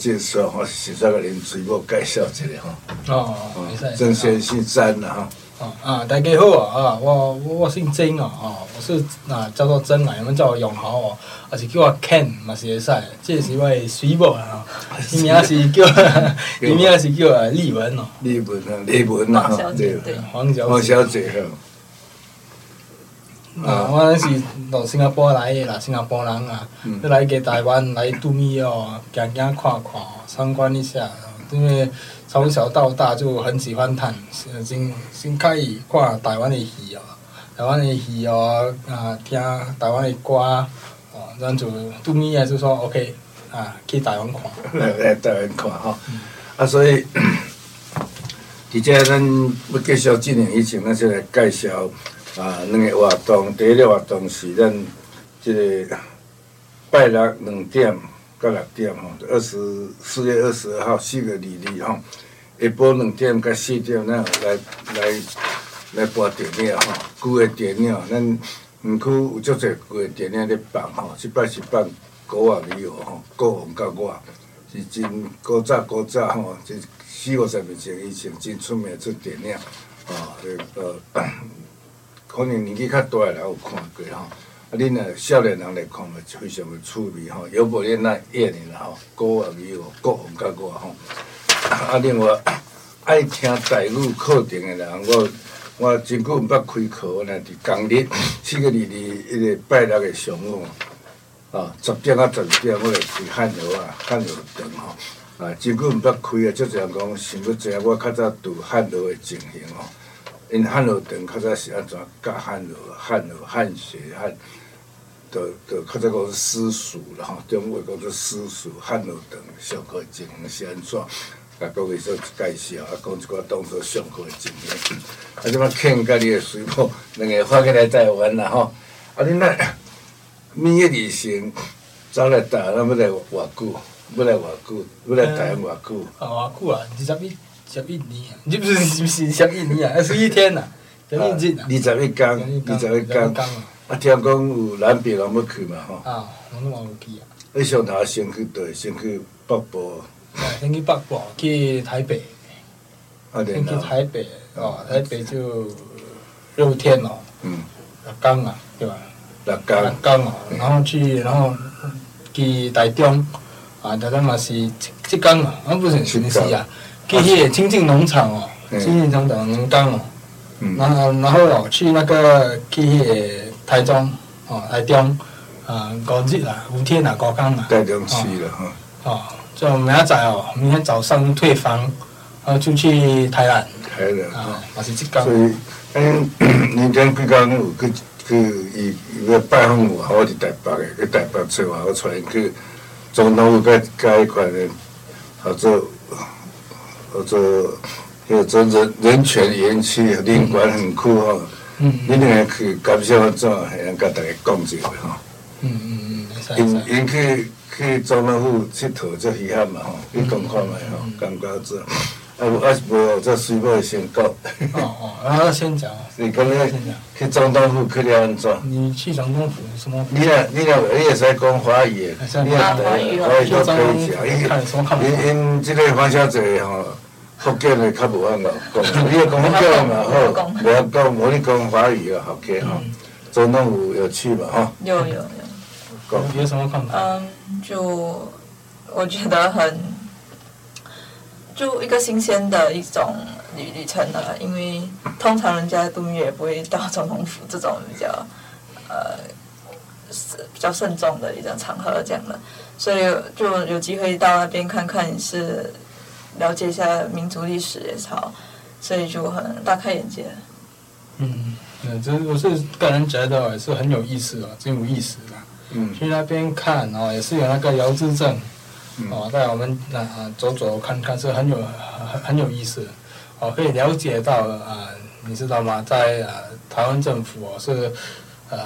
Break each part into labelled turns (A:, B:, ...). A: 介绍吼，实在甲恁水某介绍一下吼。
B: 哦，没
A: 郑
B: 事。
A: 先姓詹啦吼。
B: 哦啊，大家好啊，我我我姓曾啊，哦，我是啊叫做曾啊，你们叫我永豪哦，啊是叫我 Ken 嘛是会使，这是我的水某啊，伊名是叫，伊名是叫啊丽文哦，
A: 李文啊，李文啊，
C: 黄小姐
A: 吼
C: 对
B: 黄小
A: 黄
B: 哦姐，
A: 小姐吼，
B: 啊，我是从新加坡来的啦，新加坡人啊，
A: 嗯
B: 来给台湾来度蜜月哦，行行看看哦，参观一下，因为从小到大就很喜欢看，先先开始看台湾的戏哦，台湾的戏哦，啊，听台湾的歌，哦，咱就度蜜月就说 OK 啊，去台湾看，
A: 来来台湾看吼。啊，所以， 伫遮咱要介绍进行以前，咱先来介绍啊两个活动。第一个活动是咱即个拜六两点到六点吼，二十四月二十二号四月二日吼，下晡两点到四点，咱有来来来播电影吼，旧的电影，咱毋区有足侪旧的电影咧放吼，即摆是放古啊旅游吼，古王甲我。是真古早古早吼，即四五十年前以前真出名出电影，吼、哦，呃，可能年纪较大诶人有看过吼，啊，恁若少年人来看嘛，非常有趣味吼，有无恁那演诶啦吼，古乐语吼，古红甲我吼，啊，另外爱听台语课程诶人，我我真久毋捌开课，我若伫工日四月二日迄个拜六诶上午。啊，十点啊，十二点我来开汉药啊，汉药堂吼。啊，真久毋捌开啊，足侪人讲想要知影我较早读汉药的情形吼。因汉药堂较早是安怎教汉药、汉药、汉学、汉，就就较早讲是私塾啦吼，中国讲做私塾汉药堂上课的情形是安怎？甲各位做介绍，啊，讲一寡当做上课的情形。啊，即摆欠甲你的水某两个发起来台湾啦吼。啊，恁那。蜜月旅行，走来台湾要来偌久？要来偌久？要来台湾偌久？
B: 啊，久啊，二十一十一年啊，你不是是不是十一年啊，二十一天啊，十一日啊
A: 二，十一天，二十一天。
B: 啊
A: 啊，听讲有南北人要去嘛吼？
B: 啊，我拢冇记啊。
A: 你上头先去倒，先去北部，
B: 哦先去北部，去台北，
A: 啊，
B: 先去
A: 然后
B: 台北哦，台北就六天哦，
A: 嗯，
B: 六天啊，对吧？
A: 六
B: 六
A: 天，
B: 天哦，然后去，然后去台中，啊，台中嘛是一一天啊，啊不是
A: 七天
B: 是啊，去迄个清境农场哦，
A: 嗯
B: 清境农场两天哦，
A: 嗯，
B: 然后然后哦去那个去迄个台中哦，台中啊五日啊，五天啊，五天啊，
A: 台中市
B: 哦
A: 了吼。
B: 哦，就明仔载哦，明天早上退房，然后就去台南
A: 台南
B: 啊
A: 吼。，
B: 也是浙江
A: 所以， 嗯，你前几工有去去伊伊要拜访啊我，我伫台北诶，去台北找啊我，我带因去总统府甲甲迄款诶，合作合作，迄个做人人权园区领馆很酷吼。
B: 嗯
A: 你两个去感受安怎？会用甲大家讲一下吼。
B: 嗯嗯嗯，会使会
A: 因
B: 使。
A: 因去去总统府佚佗，足稀罕嘛吼，你讲看觅吼，感觉怎？啊有啊是无有这水某成果。
B: 哦哦，然后先讲，
A: 你讲咧去总统府去了安怎？
B: 你去总统府有什么？
A: 你若你若你会使讲华语的，你也啊华语都哦可以讲。因因即个黄小姐吼，福建的较无法讲， 你若讲福建嘛好，无要讲，嗯无你讲华语也好嘅吼。总统府有去嘛吼？
C: 有有有，
A: 讲
B: 有有什么看法？
C: 嗯，就我觉得很，就一个新鲜的一种旅旅程了，因为通常人家度蜜月也不会到总统府这种比较呃是比较慎重的一种场合这样的，所以就有机会到那边看看是了解一下民族历史也好，所以就很大开眼界。
B: 嗯，嗯，这我是个人觉得也是很有意思哦，真有意思的。
A: 嗯
B: 去那边看哦，也是有那个姚志正
A: 嗯
B: 哦，带我们啊、走走看看，是很有很很有意思的哦，可以了解到啊、你知道吗？在啊、台湾政府哦是呃，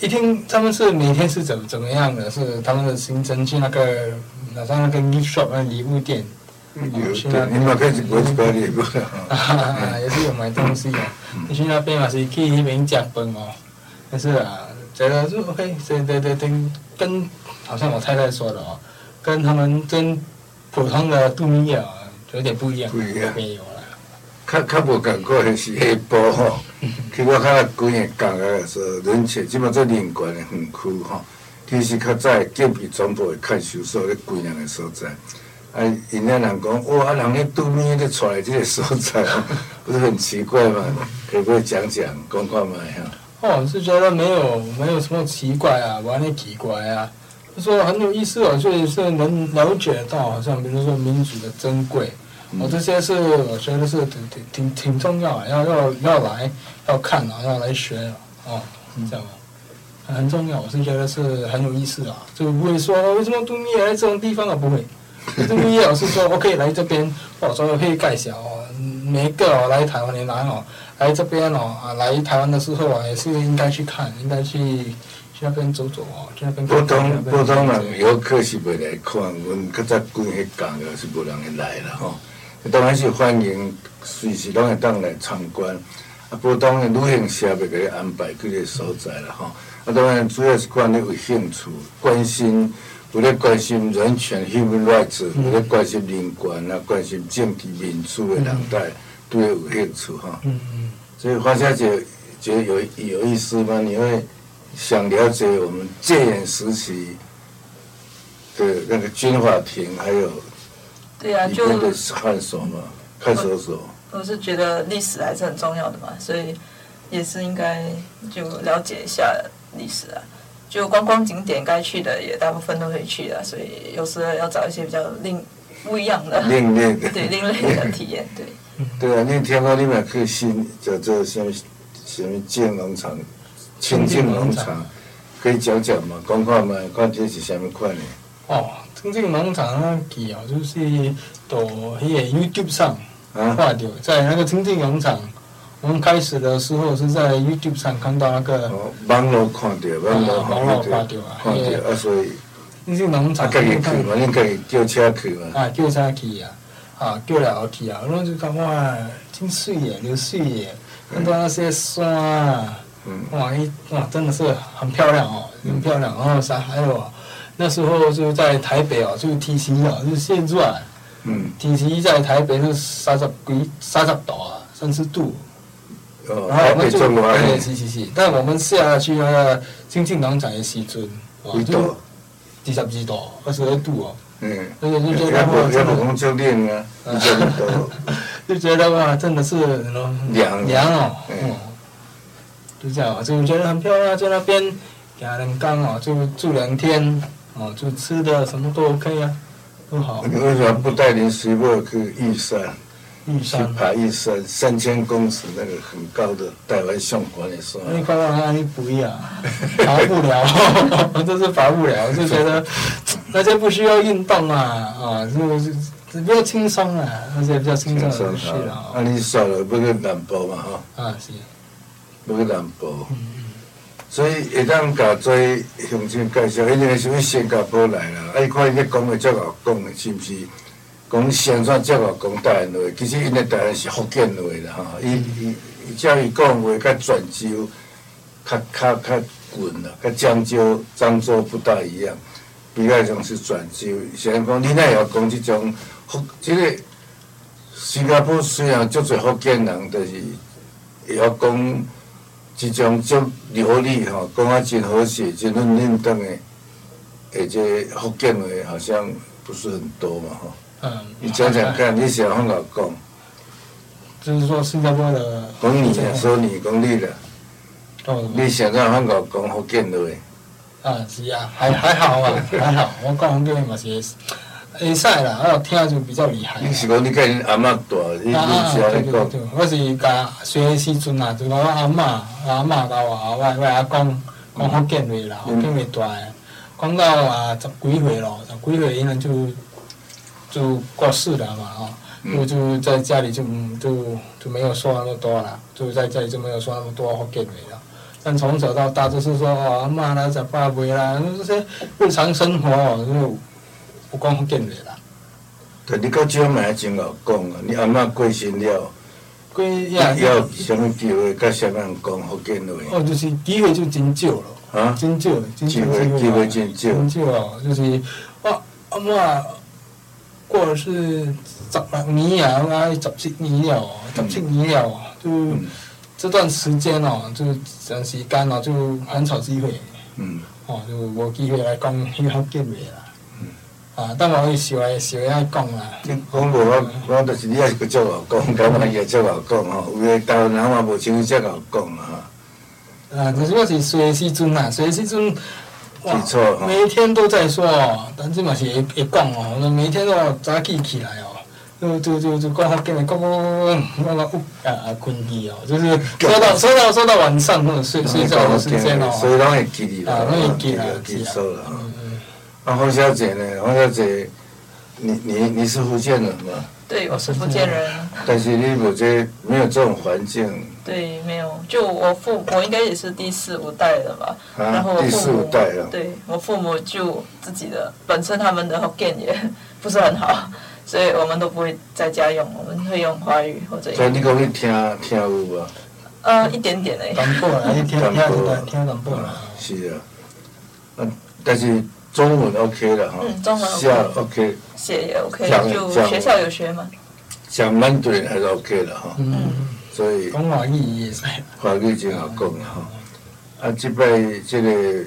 B: 一听他们是每天是怎怎么样的，是他们的行程去那个那上那个 gift shop 那礼物店，
A: 有对，你嘛开始国一国二国啦。
B: 啊，也是有买东西的。你去那边嘛是去那边吃饭哦，但是啊，觉得就 OK，对对对对，跟好像我太太说的哦，跟他们跟普通的度蜜月啊有点不一样，
A: 不一样
B: 没有了。
A: 较较无共过的是下晡吼，去我较规个工个是轮切，即马做林园的园区吼，其实较早的警备总部的看守所咧规样的所在。啊，因遐人讲，哇，啊人咧拄面咧出来即个所在， 不是很奇怪嘛？可不可以讲讲，讲看卖哈？
B: 哦，我是觉得没有没有什么奇怪啊，玩的奇怪啊，就说很有意思哦，所以是能了解到好像比如说民主的珍贵，哦，这些是我觉得是挺挺挺挺重要啊，要要要来要看啊，要来学啊，哦，这样啊。很重要，我是觉得是很有意思啊，就不会说哦为什么度蜜月来这种地方啊，不会。度蜜月我是说 OK 来这边，我说可以盖小哦，每一个哦来台湾的人哦，来这边哦啊来台湾的时候啊，也是应该去看，应该去去那边走走哦，去那边
A: 普
B: 看看嗯
A: 通
B: 那
A: 普通
B: 边走走
A: 人游客是袂来看，阮较早规迄工个是无人会来啦吼。当然是欢迎，随时拢会当来参观。啊，普通的旅行社袂给你安排去个所在啦吼。啊，当然主要是看你有兴趣、关心，有咧关心人权 （human rights），有咧关心人权啊，关心政治民主的人代，对它有兴趣吼。
B: 嗯嗯，
A: 所以花小姐觉得有有意思吗？你会想了解我们戒严时期的那个军法庭，还有
C: 对啊，
A: 里
C: 就
A: 面的看守吗？看守所。
C: 我是觉得历史还是很重要的嘛，所以也是应该就了解一下历史啊。就观光景点该去的也大部分都会去的，所以有时候要找一些比较另不一样的，
A: 另类的，
C: 对另类的体验，对。
A: 对啊，你听过你们去新叫做什么什么建农场、清净农
B: 清净农
A: 场，可以讲讲吗？讲看嘛，看这是什么款的？
B: 哦，真正农场那期哦，就是到那个 YouTube 上。
A: 啊，
B: 画流在那个清净农场，我们开始的时候是在 YouTube 上看到那个
A: 哦，网络看到，网络看到，看到啊，所以
B: 清净农
A: 啊，
B: 场，
A: 家己去嘛，你家己叫车去嘛。
B: 啊叫啥去啊？啊叫了去啊，然后就讲哇，真水耶，流水耶，看到那些山啊，
A: 嗯
B: 哇一哇真的是很漂亮哦，很漂亮。然后啥还有啊，那时候就在台北哦，就提起哦，就现在。
A: 嗯，
B: 提起在台北是三十几、三十度啊，三十度。
A: 哦，
B: 然后
A: 台
B: 我们
A: 北
B: 啊
A: 哎
B: 就
A: 中华
B: 对，
A: 园，
B: 是是是，但我们下去啊那个清净农场的时阵，哇，
A: 几
B: 就
A: 度？
B: 二十二度、二十二度哦，
A: 嗯，
B: 那个就觉
A: 也
B: 得哇，
A: 不也
B: 真
A: 不
B: 的
A: 讲足冷啊，你讲度，
B: 就觉得哇，真的是
A: 凉
B: 凉哦，
A: 嗯
B: 哦就这样，哦就觉得很漂亮，在那边给人刚哦，就住两天哦，就吃的什么都 OK 啊，都好，
A: 你为什么不带您媳妇去玉山，
B: 玉
A: 去
B: 山。啊
A: 爬玉山三千公尺那个很高的台湾象关的山？
B: 那你快到那里不要， 爬不了， 我真是爬不了，就 觉得那些不需要运动啊啊，就是比较轻松啊，那些比较轻松的事
A: 啊，啊，
B: 啊
A: 你少了不去南部嘛吼，
B: 啊是，
A: 不去南部，所以会当甲做乡亲介绍，一定是为新加坡来啦。啊，伊看伊咧讲的足好讲的，是毋是？讲先算足好讲台湾话，其实因的台湾是福建话啦吼。伊伊伊照伊讲话，甲泉州、较较较近啦，甲漳州、漳州不大一样。比较像是泉州，先讲你那会晓讲即种福，即、个新加坡虽然足侪福建人，但是会晓讲即种足流利吼，讲啊真好势，真认认真的，而且福建话好像不是很多嘛吼。
B: 嗯，
A: 你讲讲看，你想法老讲，
B: 就是说新加坡的
A: 讲你啊，说你讲你啦，
B: 哦
A: 你想怎法老讲福建话？
B: 啊是啊，还还好啊，还好，我讲红嘛是会使啦，啊听就比较厉害啊。
A: 你是讲你甲因阿嬷大，你你
B: 啊
A: 是
B: 啊，
A: 安
B: 对
A: 尼
B: 对
A: 讲
B: 对，，我是甲小的时阵啊，就甲我阿嬷，阿嬷甲我我我阿公讲福建话啦，福建话大的，讲到啊十几岁咯，十几岁伊人就就过世了嘛吼，就就在家里就嗯就就没有说那么多了，就在家里就没有说那么多福建话了。但从小到大就是说哦，阿嬷啦、十八岁啦，这些日常生活哦，就不讲福建话啦。
A: 对你到这嘛真好讲啊，你阿嬷过身了。
B: 过也
A: 要什么机会，甲什么人讲福建话
B: 哦，就是机会就真少咯，
A: 啊？
B: 真少，真少
A: 机会机会真少
B: 真少哦，就是我啊嘛，或者是十六年啊，啊十七年了，十七年了，就、
A: 嗯
B: 这段时间哦，就长时间哦，就很少机会。
A: 嗯，
B: 哦，就無機會來講迄個結尾啦。啊，等我去想下想下講啦。
A: 你讲无我，我就是你也是个足好讲，感觉伊也足好讲吼。有诶台湾人嘛无像伊遮好讲啊，
B: 啊，可是我是隨時陣啊，隨時陣。哇
A: 記錯哦
B: 每一天都在說哦，但是嘛是會會講哦，我每天都有早起起來哦。就就就就講好見面，講講講講講啊啊困去哦，就是說到說到說到晚上那個睡睡覺的時間
A: 所以
B: 哦，
A: 拢会记你啦
B: 啊，，那也記啦
A: 记
B: 記啦
A: 错啦。吼
B: 嗯嗯
A: 啊，黄小姐呢？黄小姐，你你你是福建人嘛？
C: 对，我是福建人，
A: 但是你无这没有这种环境
C: 对，没有，就我父，我应该也是第四五代了吧。然
A: 啊
C: 后，我
A: 第四
C: 父
A: 五
C: 母
A: 代了。
C: 对我父母就自己的本身他们的 Hokkien 也 不是很好，所以我们都不会在家用，我们会用华语或者
A: 所以你讲你听听有无？
C: 呃一点点而
B: 淡薄啦，一天
A: 淡
B: 天
A: 薄啊
B: 天天淡薄啦。
A: 是啊，啊，但是中文 OK 了哈，
C: 嗯中文 OK
A: 写 OK，
C: 已，写也 OK，
A: 讲
C: 就
A: 讲
C: 学校有学嘛。
A: 讲闽东人还是 OK 了哈，
B: 嗯，
A: 所以
B: 講華語也啊使。
A: 华语真好讲了哈。啊，即摆即个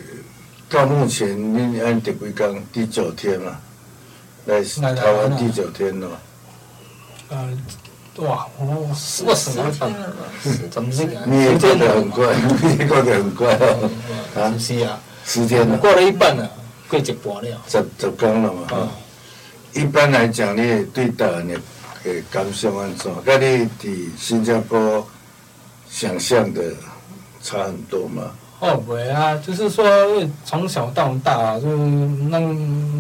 A: 到目前恁按第几天？第九天嘛，来
B: 来
A: 台湾第九天了嘛。
B: 嗯，哇，我我
C: 十
B: 什么
C: 天了吧？十
B: 怎么
C: 是
B: 这个？
A: 你也过得很快，你也过得很快哦，
B: 啊？是不是啊？
A: 十天了，
B: 过了一半了，过一半了。
A: 十十天了嘛。哈
B: 啊，
A: 一般来讲，你会对台湾的诶感想安怎？甲你伫新加坡想象的差很多嘛？
B: 哦，袂啊，就是说从小到大，就是咱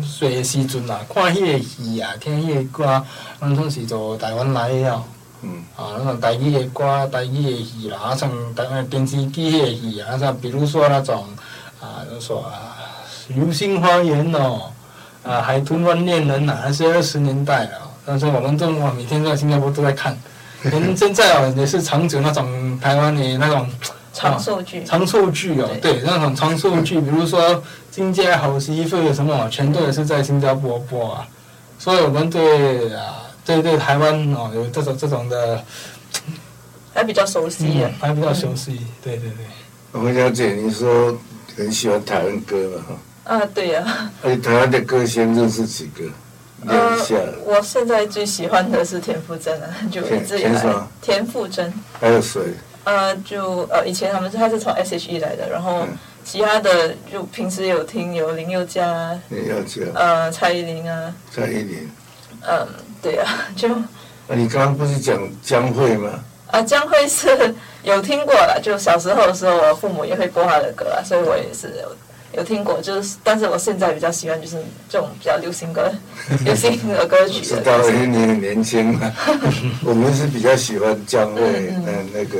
B: 细的时阵啊，看迄个戏啊，听迄个歌，咱拢是从台湾来的哦。
A: 嗯，
B: 啊，那种台语的歌、台语的戏啦，啊，像台湾电视剧的戏啊，像比如说那种啊，就说啊，《流星花园》哦，啊，《海豚湾恋人》啊，那是二十年代啊，但是我们中国每天在新加坡都在看，连现在啊也是长久那种台湾的那种
C: 长寿剧，
A: 啊
B: 长寿剧哦，对，那种长寿剧，比如说《金家好媳妇》什么，全都也是在新加坡播啊。所以我们对啊，对对台湾哦，有这种这种的，
C: 还比较熟悉啊。
A: 嗯
B: 还比较熟悉。对对对，
A: 洪小姐，你说很喜欢台湾歌嘛？哈，
C: 啊，对呀、啊。
A: 而且台湾的歌先认识几个，
C: 呃
A: 念一下，，
C: 我现在最喜欢的是田馥甄啊，就一直
A: 田
C: 以
A: 田什
C: 来
A: 么
C: 田馥甄。
A: 还有谁？
C: 呃，就呃，以前他们是他是从 S.H.E 来的，然后
A: 嗯
C: 其他的就平时有听有林宥嘉啊，
A: 你要讲
C: 呃，蔡依林啊，
A: 蔡依林。
C: 嗯、对啊，就
A: 啊，你刚刚不是讲江蕙吗？
C: 啊，江蕙是有听过了，就小时候的时候，我父母也会播他的歌啊，所以我也是有有听过，就是但是我现在比较喜欢就是这种比较流行歌、流行的歌曲
A: 知
C: 的
A: 道
C: 东西，
A: 你很年轻嘛， 我们是比较喜欢姜味
C: 嗯嗯
A: 那那个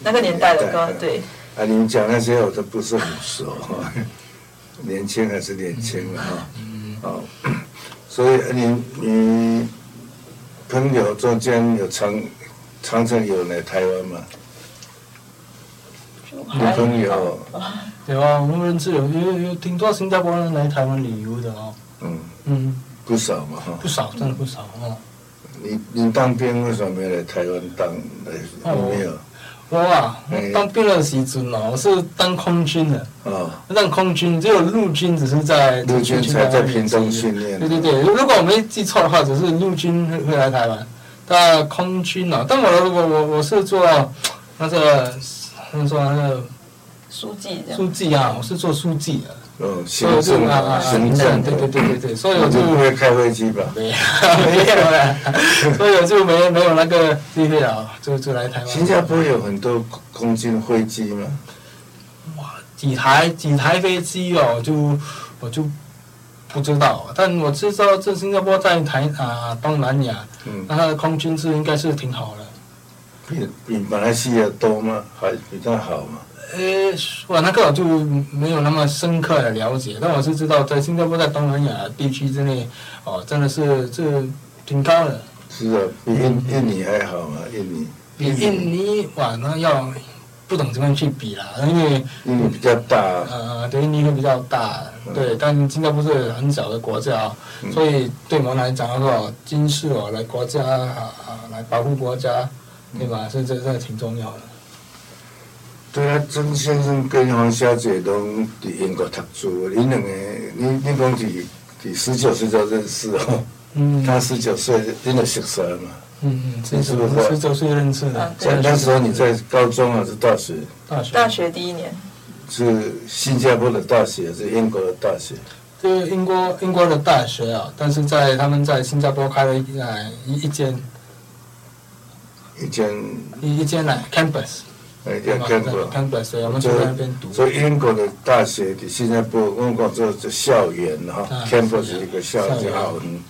C: 那个年代的歌，
A: 年代
C: 对，
A: 啊，你们讲那些我都不是很熟， 哈年轻还是年轻了哈。
C: 嗯
A: 哦， 所以呃你你朋友中间有常常常有来台湾嘛？
C: 就
A: 女
C: 还
A: 朋友，
B: 对吧？我们认识有有有挺多新加坡人来台湾旅游的哦。
A: 嗯，
B: 嗯，
A: 不少嘛哈
B: 不。少，真的不少哦。
A: 你你当兵为什么没来台湾当？来
B: 哦
A: 没有？
B: 我啊，
A: 哎
B: 我当兵的时阵哦，我是当空军的。
A: 哦，
B: 让空军只有陆军只是在
A: 陆军才在屏东训练啊
B: 对对对，如果我没记错的话，只是陆军会会来台湾，但空军呢、但我我我我是做那个，那说那个
C: 书记这样，
B: 书记啊，我是做书记的，
A: 哦，
B: 所
A: 行
B: 以我就
A: 政
B: 啊啊
A: 啊，
B: 啊
A: 行政，
B: 对对对对对，所以我
A: 你
B: 就
A: 就不会开飞机吧？
B: 没没有了，所以我就没没有那个机会啊，就就来台湾。
A: 新加坡有很多空军飞机嘛，
B: 哇，几台几台飞机哦，就我就不知道，啊但我知道这新加坡在台啊、东南亚，
A: 嗯，
B: 那它的空军是应该是挺好的。
A: 比比马来西亚多吗？还比较好嘛？
B: 呃，我那个我就没有那么深刻的了解，但我是知道在新加坡在东南亚地区之内，哦，真的是这挺高的，
A: 是啊，比印印尼还好嘛，印尼
B: 比印尼哇那要不不懂怎么样去比啦，因为
A: 因为比较大，
B: 呃，对，力度比较大，
A: 嗯
B: 对，但新加坡是很小的国家，啊所以对我们来讲的话，军事哦，来国家啊，来保护国家，
A: 嗯
B: 对吧？这这这挺重要的。
A: 对啊，曾先生跟黄小姐拢伫英国读书，恁两个，你你讲伫伫十九岁就认识哦，
B: 嗯
A: 他十九岁，恁就熟识了嘛？
B: 嗯，这是我十九岁认识的，
A: 像那时候你在高中还是大学？
B: 大学，
C: 大学第一年，
A: 是新加坡的大学，还是英国的大学？
B: 这个英国英国的大学啊，但是在他们在新加坡开了一呃一一间
A: 一间
B: 一一间来 campus，
A: 呃叫
B: 对吧
A: Canberra，
B: ？campus，对我哦们就在那边读。
A: 所以英国的大学的新加坡，我们讲做这校园哈
B: 啊
A: ，campus 一个校
B: 校园
A: 就好，嗯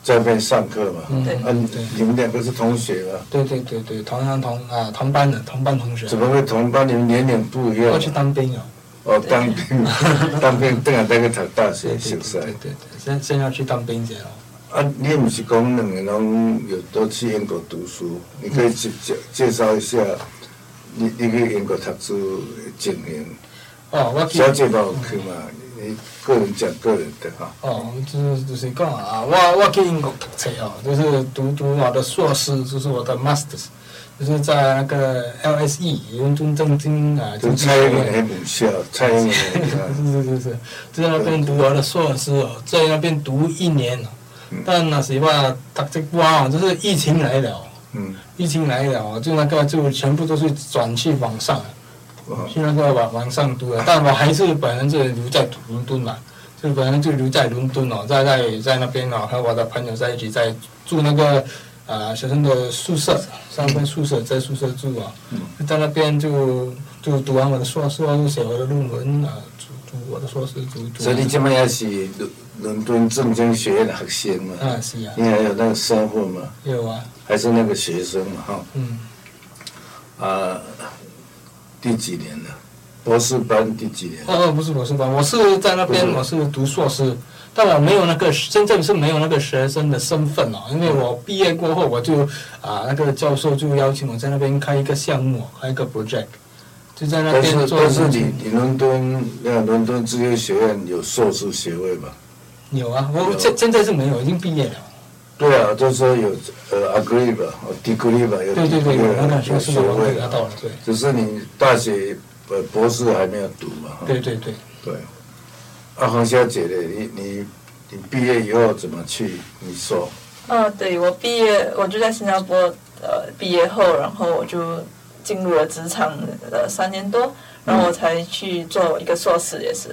A: 在那边上课嘛。
B: 嗯
C: 对
A: 啊，你
B: 对
A: 你们两个是同学嘛？
B: 对对对对，同样同啊同班的同班同学。
A: 怎么会同班？你们年龄不一
B: 要
A: 样
B: 去？当兵啊？
A: 哦，当兵， 当兵，等下那个读大学
B: 对
A: 熟识
B: 对。对对，先先要去当兵去了。
A: 啊，你不是讲两个人有都去英国读书？你可以介介介绍一下你你去英国读书的情形。
B: 哦，我去
A: 小姐嘛有去嘛，你你个人讲个人的哈。
B: 哦，就是就是讲啊，我我去英国读册哦，就是读读我的硕士，就是我的 masters，就是在那个 E，LSE 伦敦政经啊，
A: 就
B: 经济
A: 蔡
B: 学
A: 英文
B: 院。
A: 的母校，蔡英文的母校
B: 是是是，在那边讀我的碩士哦，在那邊讀一年哦
A: 嗯
B: 但那時話特職哇，就是疫情來了，哦
A: 嗯，
B: 疫情來了，哦就那個就全部都是轉去網上，
A: 哦
B: 去那個網網上讀的。但我還是本人就留在倫敦嘛，就本人就留在倫敦哦，在在在那邊哦，和我的朋友在一起在住那個呃學生的宿舍，上班宿舍在宿舍住啊、
A: 嗯
B: 就在那邊就就讀完我的碩士哦，就寫我的論文啊，讀讀我的碩士，讀讀。
A: 所以你这么也是伦伦敦政经学院的学生嘛？
B: 啊，是啊，
A: 你还有那个身份嘛？
B: 有啊，
A: 还是那个学生嘛？哈、
B: 嗯，
A: 啊，第几年了？博士班第几年？
B: 哦，不是博士班，我是在那边，
A: 不
B: 我是读硕士，但我没有那个真正是没有那个学生的身份哦，因为我毕业过后，我就啊、那个教授就邀请我在那边开一个项目，开一个 project，就在那
A: 但
B: 边
A: 是
B: 做。
A: 但是你你伦敦那伦敦职业学院有硕士学位吧？
B: 有啊，我
A: 有
B: 现现在是没有，已经毕业了。
A: 对啊，就是说有呃 agree 吧，哦 degree 吧，有
B: 对对对，我
A: degree
B: 那
A: 吧
B: 个
A: 有
B: 硕士
A: 学
B: 的我
A: 位
B: 拿
A: 啊
B: 到了，对，
A: 只是你大学呃博士还没有读嘛？哈
B: 对对对。
A: 对。啊，黄小姐嘞，你你你毕业以后怎么去？你说
C: 啊，对我毕业，我就在新加坡呃毕业后，然后我就进入了职场呃三年多，然后我才去做一个硕士，也是，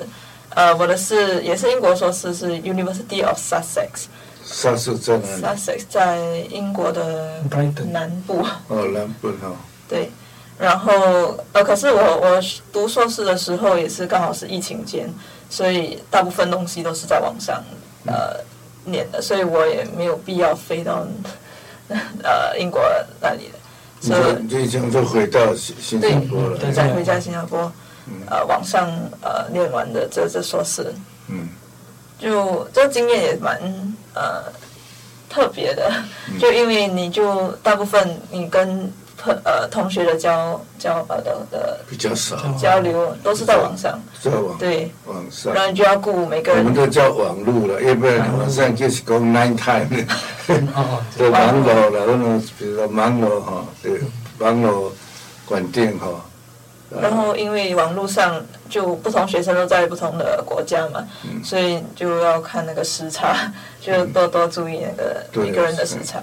C: 呃，我的是也是英国硕士，是 University of Sussex，
A: 上次在哪里？
C: Sussex 在英国的
B: Brighton
C: 南部，
A: 哦，南部哈。
C: 对。然后呃，可是我我读硕士的时候也是刚好是疫情间，所以大部分东西都是在网上呃
A: 嗯
C: 念的，所以我也没有必要飞到呃英国那里的，
A: 你
C: 所
A: 就
C: 以
A: 你就已经就回到新新加坡了。
B: 对
C: 再回家新加坡呃网上呃念完的这这硕士，
A: 嗯，
C: 就这经验也蛮呃特别的，
A: 嗯
C: 就因为你就大部分你跟朋呃同学的交交呃的的
A: 比较少
C: 交流都是在网上，
A: 哦在网
C: 对，
A: 网上哦啊
C: 然。后你就要顾每个
A: 我们
C: 人，
A: 都叫网路了，要不然晚上就是讲 nine time，
B: 哦
A: 就网络了，那种比如说网络哈，对，网络管定哈。啊
C: 然后因为网络上就不同学生都在不同的国家嘛，
A: 嗯
C: 所以就要看那个时差，就多多注意那个
A: 对
C: 一个人的时差。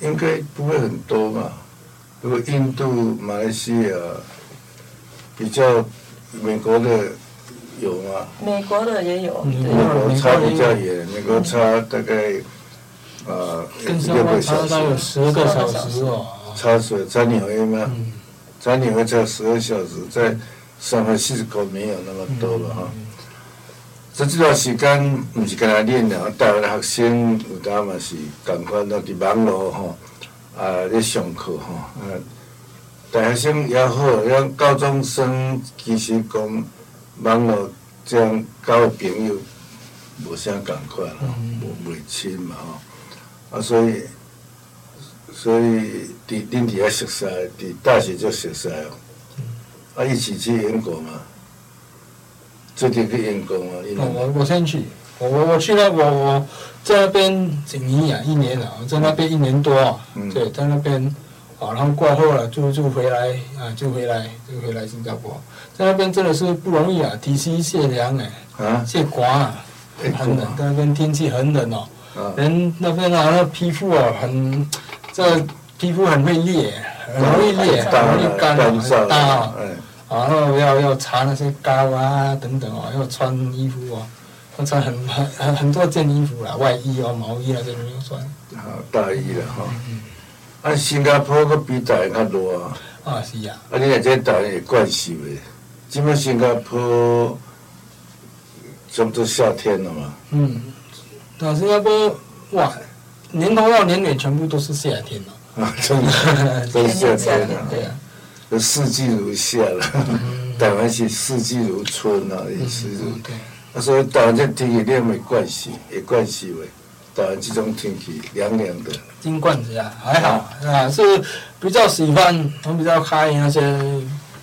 A: 应该不会很多嘛。如果印度、马来西亚比较美国的有吗？
C: 美国的也有，
B: 嗯
A: 美
C: 对，
A: 国差比较远，美国差大概呃
B: 跟新加
A: 六
B: 坡
A: 个
B: 差
A: 小
B: 不多有
A: 时，
B: 十个小时哦。
A: 差水差纽约吗？
B: 嗯，
A: 差纽约才十二小时，在上海、西口没有那么多了哈。
B: 嗯
A: 这这段时间毋是干那恁啦，台湾的学生有当嘛是共款，都伫网络吼，啊咧上课吼，啊，大学生也好，咱高中生其实讲网络这样交的朋友无啥共款吼，无袂亲嘛吼，啊所以所以伫恁伫遐熟识，伫大学就熟识哦，啊，一起去英国嘛，最近去英国嘛，英
B: 我
A: 国
B: 哦我我先去，我我我去了，我我在那边几年啊，一年了，我在那边一年多啊，
A: 嗯
B: 对，在那边啊，然后过后了就就回来啊，就回来就回来新加坡，在那边真的是不容易啊，体虚泄凉哎，
A: 啊，
B: 泄瓜啊，
A: 英
B: 很
A: 国
B: 冷，
A: 啊
B: 在那边天气很冷哦，
A: 啊，
B: 人那边啊，那皮肤啊很，这皮肤很会裂，很容易裂，
A: 当
B: 很容
A: 然
B: 易干啊，
A: 上
B: 很大啊。
A: 哎，
B: 然后要要擦那些膏啊等等哦，要穿衣服哦，要穿很很很很多件衣服啦，外衣哦、毛衣啊这种要穿。
A: 好大意了哈。啊，新加坡个比台湾较热啊，
B: 啊，是啊，
A: 啊，你若这台湾会惯习的，即摆新加坡差不多夏天了 嘛，
B: 嗯，那新加坡哇，年头到年尾全部都是夏天 哦。
A: 啊，真的真是夏 天了、
B: 对啊，
A: 就四季如夏了。台湾是四季如春啊，也是如
B: 嗯对，
A: 啊，所以台湾这天气你没关系，也关系喂。台湾这种天气凉凉的，
B: 金罐子啊，还好啊，是比较喜欢，我比较开那些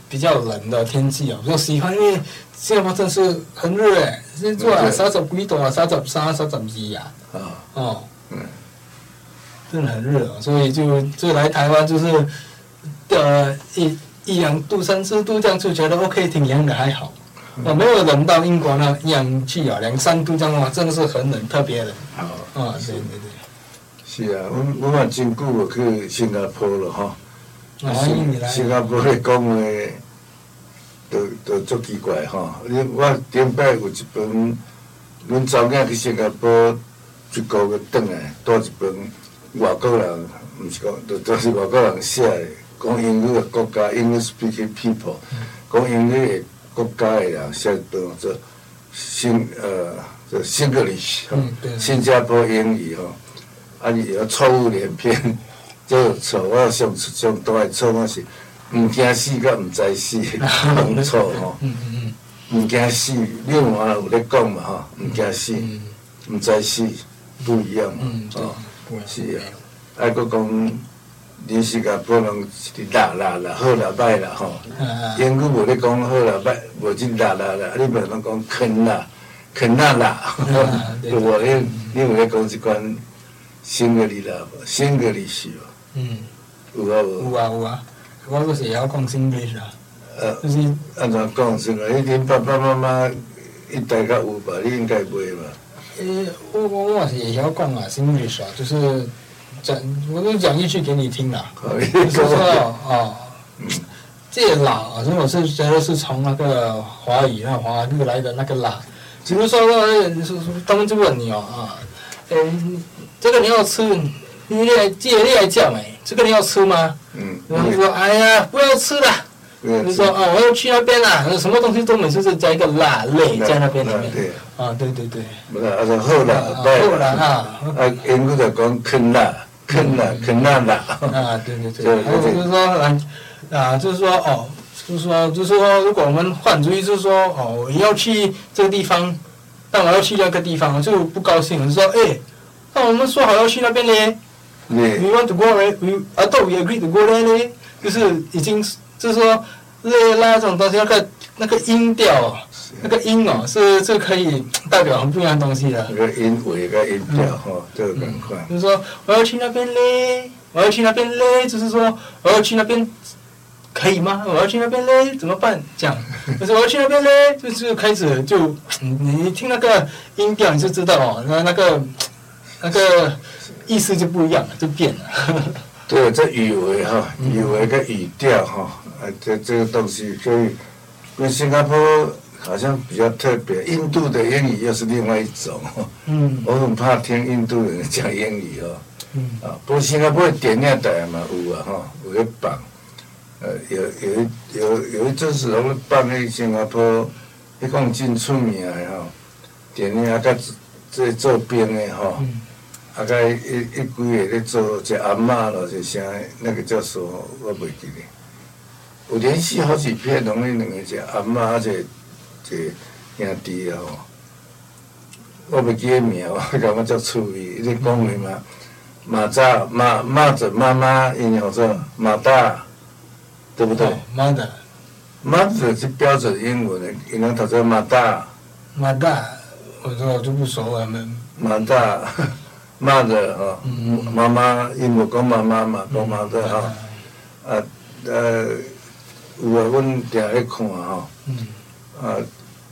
B: 比较冷的天气哦，比较喜欢，因为新加坡真是很热哎，现在
A: 很
B: 啊
A: 热
B: 三十几度啊，三十三、三十二啊。
A: 啊，
B: 哦，
A: 嗯
B: 真的很热哦，所以就就来台湾就是，呃，一一两度、三四度这样就觉得 OK，挺凉的，还好。我、没有冷到英国那样去啊，两三度这样的话，真的是很冷，特别冷
A: 好、
B: 啊、对对
A: 是啊，我我嘛真久无去新加坡了吼。
B: 对，哦欢迎你来。
A: 新加坡咧讲话，都都足奇怪吼。你我顶摆有一本，阮查某囝去新加坡一个月转来，带一本外国人，毋是讲，都都是外国人写的，讲英语的国家，English speaking people，讲英语的国家的人写一本叫做新呃，叫 Singlish，吼
B: 嗯对
A: 新加坡英语吼。啊，你有错误连篇，就错我啊上上大的错我是毋惊死，甲毋知死，拢错吼。
B: 嗯嗯
A: 毋惊死，另外有咧讲嘛吼，毋惊死，
B: 嗯
A: 毋知死，不一样嘛
B: 嗯，。对
A: 哦，，
B: 不然
A: 是啊，啊，佫讲，你是甲不能是啦啦啦，好啦歹啦吼。
B: 啊
A: 英语无咧讲好啦歹，无真啦啦啦，你袂能讲肯啦，肯啦啦，
B: 对
A: 有无？你你有咧讲即款新嘅字啦，新嘅字是哦无？
B: 嗯，
A: 有啊
B: 有
A: 无？
B: 啊有啊，我嗰时也要讲 English 啊，
A: 呃，
B: 就是
A: 安怎讲先啊？你恁爸爸妈妈一代较有吧？你应该袂吧？
B: 呃，我我我也要讲啊，English 啊，就是讲，我都讲一句给你听啦。
A: 好，你
B: 就是
A: 讲
B: 说
A: 我
B: 哦，这老，所以我是觉得是从那个华语那华语来的那个啦。比如说，呃是是他们就问你哦啊，嗯，这个你要吃，你也这个你也讲哎，这个你要吃吗？
A: 嗯，
B: 然后说，哎呀，不要吃了。就
A: 你
B: 说啊，我要去那边啦，什么东西都每次是加一个辣类在那边里面。
A: 对，
B: 啊，对对对，
A: 不是，啊，说好啦
B: 啊，
A: 歹
B: 后来
A: 啦，
B: 啊，
A: 啊，英语就讲肯啦，肯啦，肯啦啦，
B: 啊，对对对
A: 对，
B: 还有就是说，啊，啊，就是说，哦，就是说，就是说，如果我们换主意，就是说，哦，我要去这个地方，但我要去那个地方，我就不高兴，我就说，哎，那我们说好要去那边嘞
A: 你
B: ，we want to go there，we 啊，都 we agree to go there 嘞，就是已经就是说，嘞啦这种东西，那个那个音调哦，那个音哦，是是可以代表很不一样的东西的。
A: 那个音尾跟音调吼，都有共款。
B: 就是说我要去那边嘞，我要去那边嘞，就是说我要去那边可以吗？我要去那边嘞，怎么办？这样，就是我要去那边嘞，就是开始就你一听那个音调你就知道哦，那那个那个意思就不一样了，就变了。
A: 对，这语为哈，语为跟语调哈，啊，这这个东西，所以跟新加坡好像比较特别。印度的英语又是另外一种，
B: 嗯
A: 我很怕听印度人讲英语哦。
B: 嗯
A: 啊，不过新加坡的典礼台嘛有啊哈，有咧放，呃，有有一有有一阵时拢咧放迄新加坡，迄讲真出名的吼，典礼啊，甲这做兵的吼。
B: 嗯
A: 啊，甲伊伊伊几个咧做一阿嬷咯，一啥那个叫什么，我袂记咧。有连续好几片，拢咧两个一阿嬷啊，一一兄弟啊吼。我袂记个名， 我感觉足趣味。伊咧讲话嘛，马扎马马子妈妈，因叫做马大，对不对？
B: 妈的，
A: 马就是标准英文的，英文读作马大
B: 马大，我说我就不熟了，们
A: 马大， 马的哦，
B: 嗯
A: 妈妈英文讲妈妈嘛，讲妈的吼，啊呃，有诶，阮定咧看吼，
B: 嗯
A: 啊，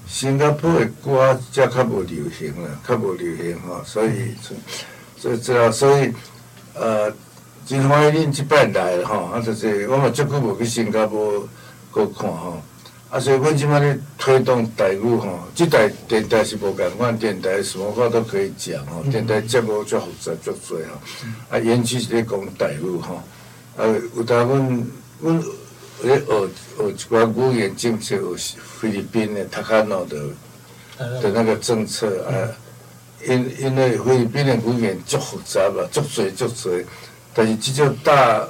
A: 新加坡的歌则较无流行啦，较无流行吼，所以所所以所以呃，真欢喜恁即摆来吼，啊，就是我嘛足久无去新加坡阁看吼。啊，所以阮即摆咧推动台语吼，即台电台是无共款，电台什么话都可以讲吼，电台节目足复杂足多吼，啊，园区是咧讲台语吼，啊，有当阮阮咧学学一寡语言政策，学菲律宾的塔卡诺的的那个政策啊，因因为菲律宾的语言足复杂吧，足多足多，但是即种大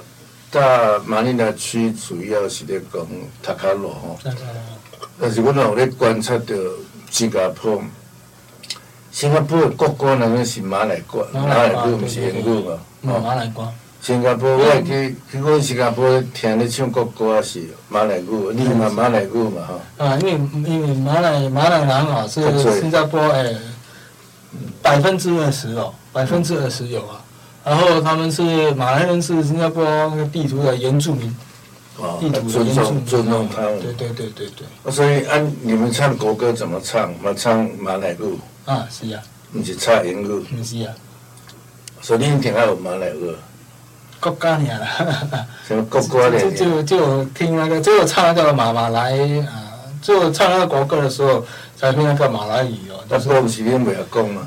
A: 大马尼拉区主要是咧讲塔卡诺吼。
B: 那个
A: 但是我若有咧观察到新加坡，新加坡的国歌那个是马来歌，马
B: 马来
A: 来
B: 歌
A: 歌毋是英语嘛？
B: 嗯
A: 哦，
B: 马来歌，
A: 新加坡我会去去过新加坡听咧唱国歌是马来语，你嘛马来语嘛吼，
B: 啊，因为因为马来马来人啊是
A: 对对
B: 新加坡诶百分之二十哦，百分之二十有啊。然后他们是马来人，是新加坡那个地图的原住民，
A: 哦
B: 地，图的
A: 尊
B: 原住民，啊
A: 重尊重他
B: 对
A: 们。哦
B: 对对对对，
A: 所以按你们唱国歌怎么唱？嘛唱马来语，
B: 啊是啊，
A: 毋是唱英语，
B: 唔是啊，
A: 所以你一定要有马来语，
B: 国家呀啦。
A: 什么 国歌啊咧
B: 就？就就听那个，就唱那个马马来啊，就唱那个国歌的时候才会那个马来语哦，
A: 那
B: 就
A: 歌毋是
B: 是
A: 恁袂晓讲嘛？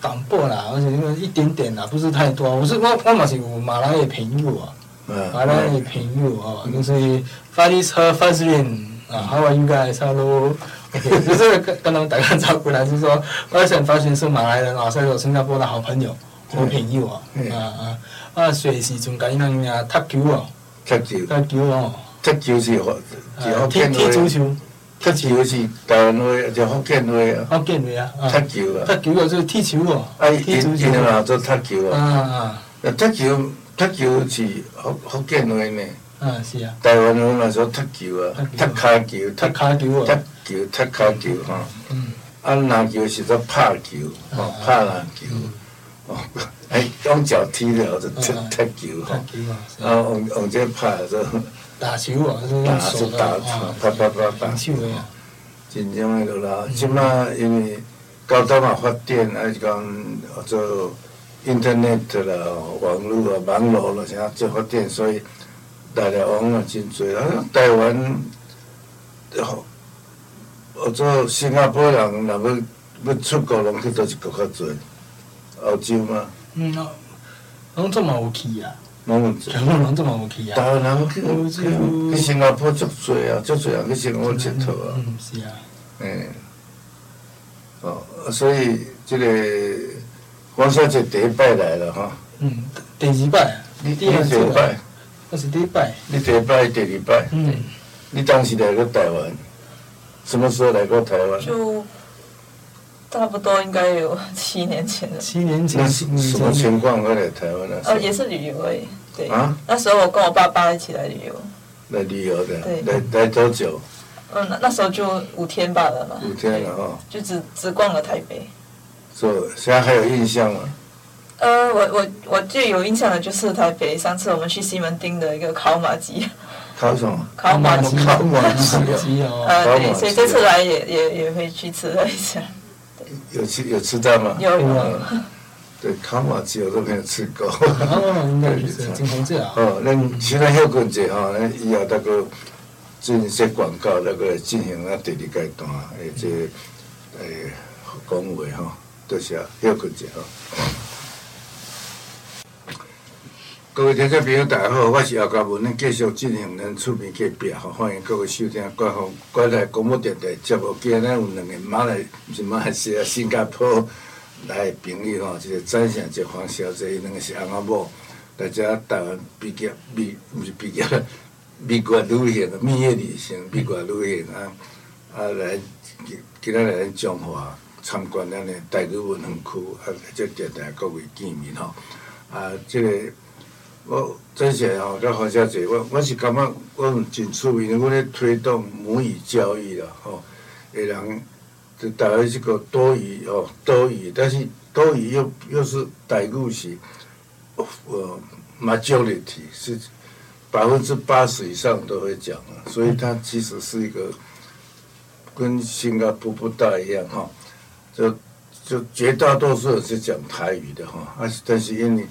B: 挡破啦，而且那个一点点啦，不是太多。我是我我嘛是有马来的朋友啊，
A: 嗯
B: 马来的朋友哦，就是 f a r i s her first rain 啊，How are you guys? Hello，OK，就是跟跟他们打个招呼啦，就是说 f a r i s her first rain 是马来人啊，所以我新加坡的好朋友，好朋友啊
A: 嗯，
B: 啊啊，啊，随时仲緊那樣啊，踢球啊，
A: 踢球，
B: 踢球哦，
A: 踢球是福，是
B: 啊
A: 福
B: 踢
A: 建
B: 踢足
A: 话。
B: 球。
A: 踢球是台湾话，就福建话
B: 我见你啊，啊
A: 啊，踢球啊，
B: 踢球就是踢球
A: 啊，
B: 喎，踢
A: 因
B: 足球
A: 因嘛做踢球
B: 啊
A: 啊，
B: 啊
A: 啊踢球踢球是福福建话呢，
B: 啊，是啊，
A: 台湾话嘛做踢球啊，踢
B: 踢球
A: 骹球，踢
B: 踢骹球啊，
A: 踢球，踢骹球吼，
B: 嗯，
A: 啊篮球是做拍球，吼
B: 啊
A: 拍篮球，哦， 哎用脚踢了就踢
B: 嗯
A: 踢球
B: 踢
A: 吼，
B: 球啊是
A: 啊
B: 啊，
A: 用用这拍做
B: 打球啊，就是
A: 打
B: 用
A: 就
B: 手的
A: 打
B: 啊，
A: 打打打打
B: 打球的啊，
A: 真正迄落啦，即马因为高端嘛发展，还是讲做 internet 啦、网络啊、网络啦，啥做发展，所以来来往往真多。啊，台湾，吼，哦，做新加坡人若要要出国，拢去倒一国较侪，澳洲嘛，
B: 嗯，啊拢这么有气啊，
A: 拢有侪。
B: 全部拢这么有气啊，
A: 台湾人去去去新加坡足侪啊，足侪人去新加坡佚佗啊。
B: 嗯，是啊，
A: 嗯，哦，所以这个黄小姐第一摆来了哈，
B: 嗯，第二摆啊，
A: 你你第
B: 第二次
A: 一摆
B: 啊，，我是第一摆，
A: 你第一摆、第二摆，
B: 嗯，
A: 你当时来过台湾，什么时候来过台湾？
C: 就差不多应该有七年前了，
B: 七年前
A: 那，是
B: 五年
A: 什么
B: 前
A: 情况会来台湾啊呢？
C: 哦，也是旅游而已。对，
A: 啊
C: 那时候我跟我爸爸一起来旅游，
A: 来旅游的，
C: 对
A: 来来多久？
C: 嗯，那那时候就五天罢了嘛，
A: 五天了哦，
C: 就只只逛了台北。
A: 所以现在还有印象吗？
C: 呃，我我我最有印象的就是台北，上次我们去西门町的一个烤马鸡，
A: 考什么？
C: 烤马鸡，
A: 哦烤马
B: 手
A: 鸡啊，
B: 机哦，
C: 呃，
A: 烤马
C: 对，
A: 鸡
C: 所以这次来也也也会去吃了一下，
A: 有吃有吃到吗？
C: 有有
A: 嗯对，烤马鸡我都没有吃过。
B: 然后应该就是金鸿志啊，
A: 哦，咱现在休困者吼，咱以后那个进些广告那个进行啊第二阶段，诶，这诶讲话吼，多谢休困者吼。各位听众朋友，大家好，我是姚家文，咱继续进行咱厝边隔壁吼，欢迎各位收听官方国台广播电台节目。今日咱有两个马来，不是马来西亚、新加坡来的朋友吼，一个张小姐、黄小姐，伊两个是翁仔某，来遮台湾毕业、毕毋是毕业，美国旅行、蜜月旅行、美国旅行啊啊来今今仔来咱中华参观咱的台语文化区，啊，即电台各位见面吼啊，即、个。我这些吼，甲好遮济，我我是感觉我们真趣味，因为我咧推动母语教育啦，吼、诶人就台湾这个多语哦，多语，但是多语又又是台语是呃 majority 是呃百分之八十以上都会讲啊，所以它其实是一个跟新加坡不大一样哈、就就绝大多数人是讲台语的哈、啊，但是因为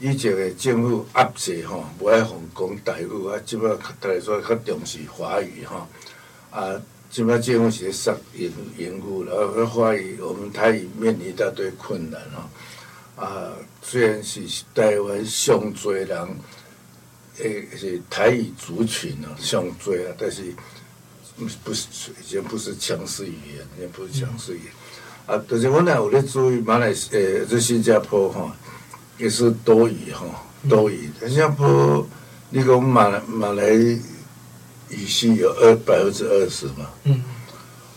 A: 以前的政府压制吼，无爱互讲台语，啊，即摆大家说较重视华语吼、啊，即摆政府是咧塞言言语啦，然后华语我们台语面临一大堆困难吼、啊，虽然是台湾上侪人诶是台语族群啊上侪啊，但是不是已经不是强势语言，也不是强势语言。啊，但是我若有咧注意马来西诶，这新加坡吼、也是多语吼、多语。新加坡，你讲马来马来语系有二百分之二十嘛，
B: 嗯，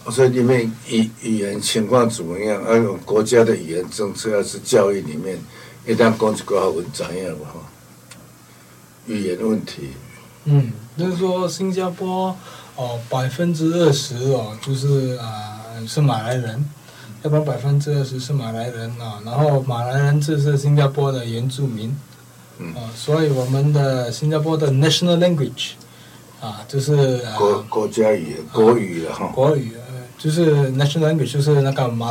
A: 哦所以里面语语言情况怎么样？还有国家的语言政策，还是教育里面，一旦讲一句好文怎样嘛吼？语言问题，
B: 嗯，就是说新加坡哦，百分之二十哦，就是啊、是马来人，要不然百分之二十是马来人啊、然后马来人就是新加坡的原住民，
A: 嗯
B: 啊、所以我们的新加坡的 national language 啊、就是、啊
A: 国国家语言、国语了哈。
B: 国语，呃就是 national language 就是那个马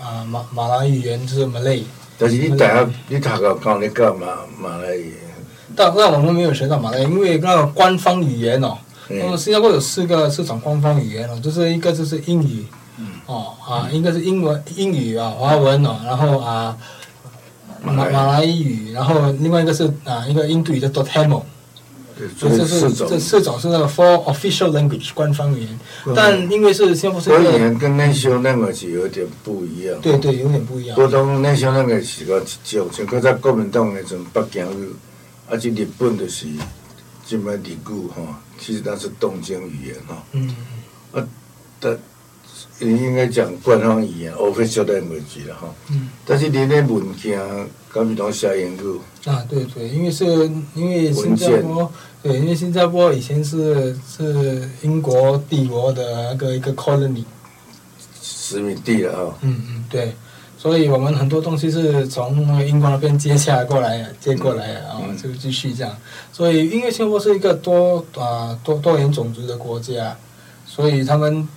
B: 啊马马来语言就是 Malay，
A: 但是你大
B: 嗯
A: 学你读到讲你讲马马来语，
B: 但但我们没有学到马来，因为那个官方语言哦。那么
A: 嗯，
B: 新加坡有四个市场官方语言哦，就是一个就是英语，
A: 嗯
B: 哦啊，一个是英文英语啊，华文哦，然后啊马
A: 马来
B: 马来语，然后另外一个是啊一个印度语叫做 Tamil，
A: 所
B: 所
A: 以
B: 以这是
A: 四种
B: 这四种是那个 Four Official Language 官方语言，
A: 官方
B: 但因为是新加坡是
A: 国嗯
B: 一
A: 语
B: 个
A: 言跟那时候那个是有点不一样。
B: 对对有点不一样，
A: 普通那时候那个是个一种，像较早国民党那阵北京语，啊，即日本就是即摆日语吼，其实那是东京语言吼，
B: 嗯
A: 但应该讲官方语言，official language 啦吼。
B: 嗯
A: 但是你咧文件，敢是拢写英语，
B: 啊对对，因为是因为新加坡对，因为新加坡以前是是英国帝国的那个一个 colony。
A: 殖民地啦吼。
B: 嗯嗯，对，所以我们很多东西是从那个英国那边接下来过来的，接过来的啊、
A: 嗯
B: 就继续这样。所以，因为新加坡是一个多啊、多多元种族的国家，所以他们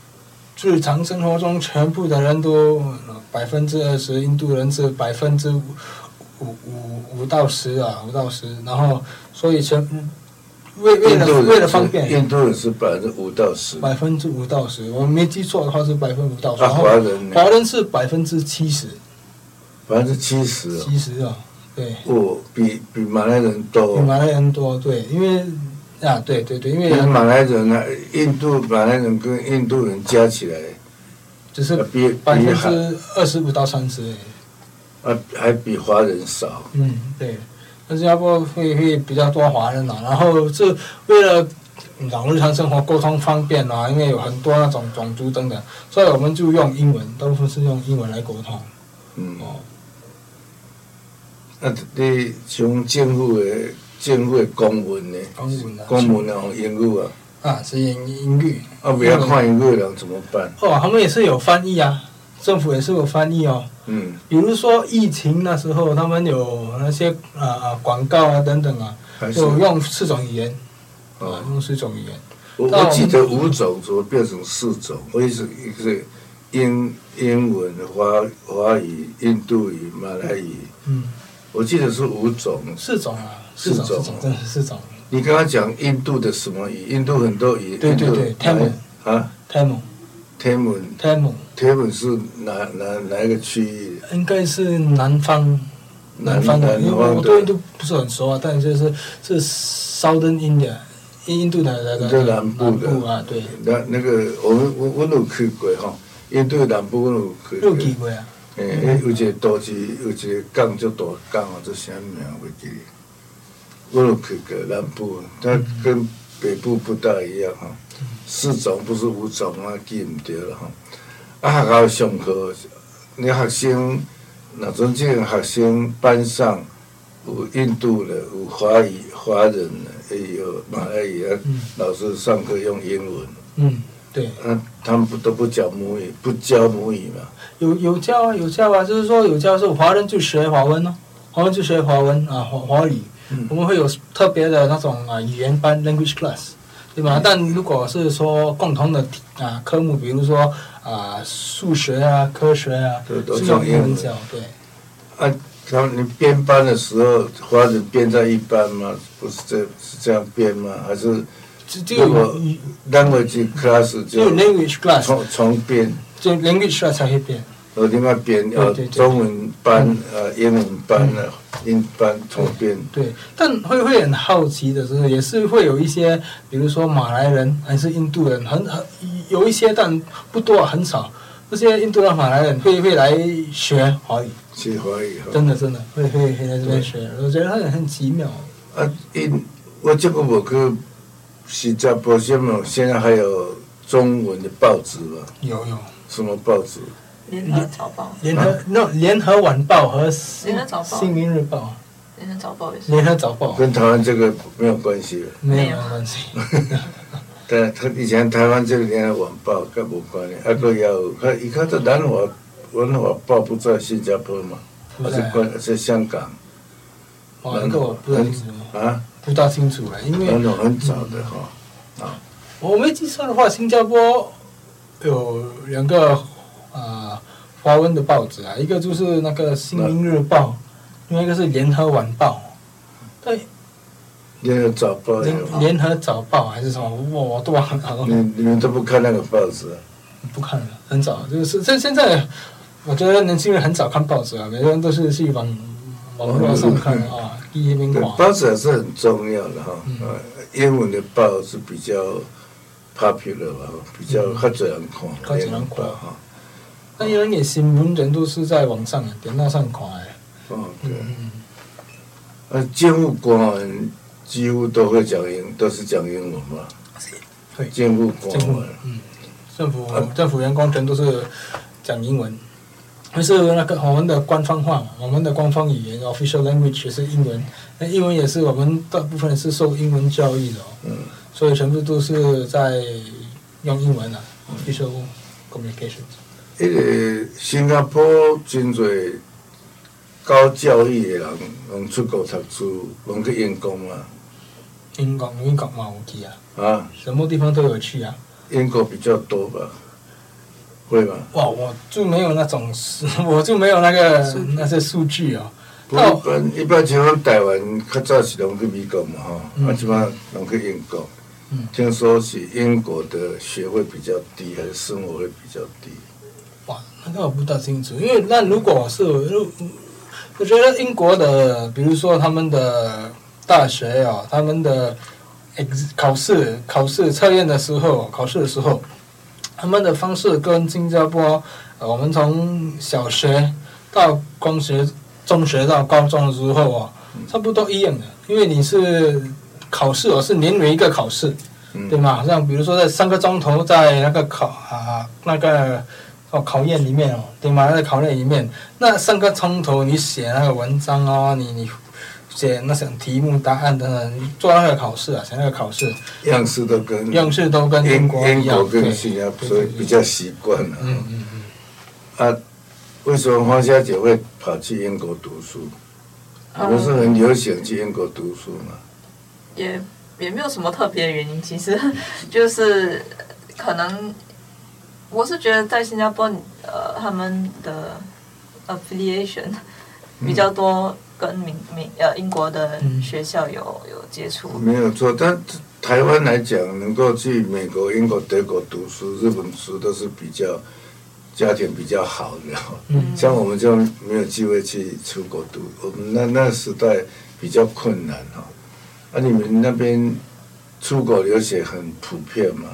B: 日常生活中全部的人都呃百分之二十，印度人是百分之五五五五到十啊，五到十，然后所以全嗯为为
A: 印
B: 了
A: 度
B: 为了
A: 人
B: 方
A: 是
B: 便
A: 印。度人是百分之五到十，
B: 百分之五到十，我没记错的话是百分之五到十。
A: 啊，
B: 然后
A: 华人呢
B: 华人是百分之七十，
A: 百分之七十哦，
B: 七十啊，对，
A: 哦，比比马来人多
B: 比
A: 哦。
B: 马来人多，对，因为啊，对对对，因
A: 因为
B: 为
A: 马来人啊，印度马来人跟印度人加起来，
B: 只是
A: 呃比
B: 百
A: 比
B: 分
A: 还
B: 之二十五到三十，
A: 啊还比华人少。
B: 嗯，对，那新加坡会会比较多华人啊，然后是为了。讲日常生活沟通方便啊，因为有很多那种种族等等，所以我们就用英文，大部分是用英文来沟通。
A: 嗯，
B: 哦，
A: 啊，你从政府的政府的公文呢，
B: 公文啊
A: 公文啊，用英语啊，
B: 啊，是英英语。
A: 啊，不要看英语的人怎么办？
B: 哦，他们也是有翻译啊，政府也是有翻译哦。
A: 嗯，
B: 比如说疫情那时候，他们有那些啊啊广告啊等等啊，
A: 还是
B: 就用四种语言啊，
A: 哦，
B: 用四种语言。
A: 我
B: 那我
A: 我
B: 们
A: 记得五种怎么变成四种？我一直一直英英文、华华语、印度语、马来语，
B: 嗯，
A: 我记得是五种。
B: 四种啊，
A: 四
B: 四
A: 种
B: 种，四种，真的是四种。
A: 你刚刚讲印度的什么语？印度很多语，
B: 对对
A: 印度
B: 对
A: 哪一啊，
B: Tamil，Tamil，
A: 天文，天文是哪哪哪一个区域？
B: 应该是南方，南方啊的，因为我对印度不是很熟啊，但就是是 Southern India，印印度的的
A: 就
B: 的
A: 南部的
B: 啊，对，
A: 那那个我们我我有去过吼，印度南部我有去过
B: 六。几国啊，
A: 诶、迄有一个都市，有一个港足大港啊，做啥名袂记哩？我有去过南部，啊它跟北部不大一样吼、四种不是五种啊，记毋对了吼、啊，学校上课，你学生，若准这个学生班上有印度的，有华语华人的，也有马来语啊
B: 嗯。
A: 老师上课用英文，
B: 嗯，对，
A: 那他们不都不讲母语，不教母语嘛？
B: 有有教啊，有教啊，就是说有教是华人就学华文哦，华人就学华文啊，华华语，
A: 嗯
B: 我们会有特别的那种啊语言班 language class，
A: 嗯
B: 对吧？但如果是说共同的题啊科目，比如说啊数学啊、科学啊，
A: 对都
B: 是
A: 讲
B: 用
A: 英
B: 英文
A: 文
B: 教，对，
A: 啊，他们你编班的时候，华人编在一班吗？不是这是这样编吗？还是
B: 就就
A: 如果
B: 有语
A: language class
B: 就有
A: 就
B: language class，
A: 重重编？
B: 就 language class 才会变，
A: 我另外编呃
B: 对对对
A: 中文班呃英文班呃英班重编，
B: 对。但会会很好奇的是，也是会有一些，比如说马来人还是印度人，很很有一些，但不多，很少。这些印度人、马来人会会来学华语，
A: 学华语哦哈。
B: 真的真的会会会来这边学，我觉得很很奇妙。
A: 啊，因我这个我去新加坡，现在现在还有中文的报纸嘛？
B: 有有，
A: 什么报纸？
C: 联合早报，
B: 联合那联合晚报和
C: 联合早报
B: 新民日报、
C: 联合早报也是。
B: 联合早报
A: 跟台湾这个没有关系了。
B: 没
C: 没
B: 有
C: 有
B: 关系。
A: 但他以前台湾这个连晚报跟无关系，啊个有，他伊看这南华文华报不在新加坡嘛，
B: 不
A: 还
B: 在
A: 是
B: 啊
A: 关在香港
B: 哇，那个我不清楚，
A: 啊，
B: 不大清楚了，因为
A: 很很早的哈。
B: 我没记错的话，新加坡有两个啊、呃华文的报纸啊，一个就是那个《新民日报》，另外一个是《联合晚报》。对，
A: 联合早报哦有，
B: 联联合早报还是什么？我我都忘了，
A: 你你们都不看那个报纸啊？
B: 不看了，很早。就是现现在，我觉得年轻人很少看报纸啊，每个人都是去往网络上看啊，第一名
A: 对，
B: 华。
A: 报纸还是很重要的哈。
B: 嗯
A: 呃，英文的报是比较 popular 吧，比较较多人
B: 嗯较
A: 看，
B: 多人看
A: 英文报哈。
B: 那有人也新闻人都是在网上啊点到上看的。
A: 哦，对。
B: 嗯，
A: 呃，政府官员几乎都会讲英，都是讲英文嘛。
B: 对。
A: 政府官
B: 政府
A: 员，
B: 嗯，政府政府员工全都是讲英文，但是那个我们的官方话，我们的官方语言 official language 也是英文，那英文也是我们大部分是受英文教育的、哦，
A: 嗯，
B: 所以全部都是在用英文啊、official communication。
A: 迄个新加坡真侪高教育的人，拢出国读书，拢去英国嘛。
B: 英国英国嘛，有去啊，
A: 啊，
B: 什么地方都有去啊。
A: 英国比较多吧？会吧？
B: 哇，我就没有那种， 我就没有那个那些数据啊、
A: 不过一般一般像咱台湾较早是拢去美国嘛吼，
B: 嗯
A: 啊，即摆拢去英国。
B: 嗯
A: 听说是英国的学费比较低，还是生活费比较低？
B: 哇，那个我不大清楚，因为那如果是如，我觉得英国的，比如说他们的大学啊，他们的 ex 考试、考试测验的时候，考试的时候，他们的方式跟新加坡，呃我们从小学到中学、中学到高中的时候啊，差不多一样的，因为你是考试，我是年为一个考试，
A: 嗯
B: 对吗？像比如说在三个钟头在那个考啊那个哦考验里面哦，对吗？那个考验里面，那三个钟头你写那个文章哦，你你写那些题目答案等等，你做那个考试啊，写那个考试
A: 样式都跟
B: 样式都跟英
A: 英
B: 国一
A: 英嗯
B: 样
A: 国，
B: 对
A: 跟，新加坡，
B: 对
A: 所以
B: 对
A: 比较习惯了。
B: 嗯嗯嗯，
A: 啊，为什么黄小姐会跑去英国读书？我们是很流行去英国读书嘛。
C: 也也没有什么特别的原因，其实 就是可能我是觉得在新加坡，呃，他们的 affiliation 比较多，跟民民呃英国的
B: 嗯
C: 学校有有接触。
A: 没有错，但台湾来讲，能够去美国、英国、德国读书、日本读书，都是比较家庭比较好的哦。
B: 嗯
A: 像我们就没有机会去出国读，我们那那时代比较困难哦。啊，你们那边出国留学很普遍吗？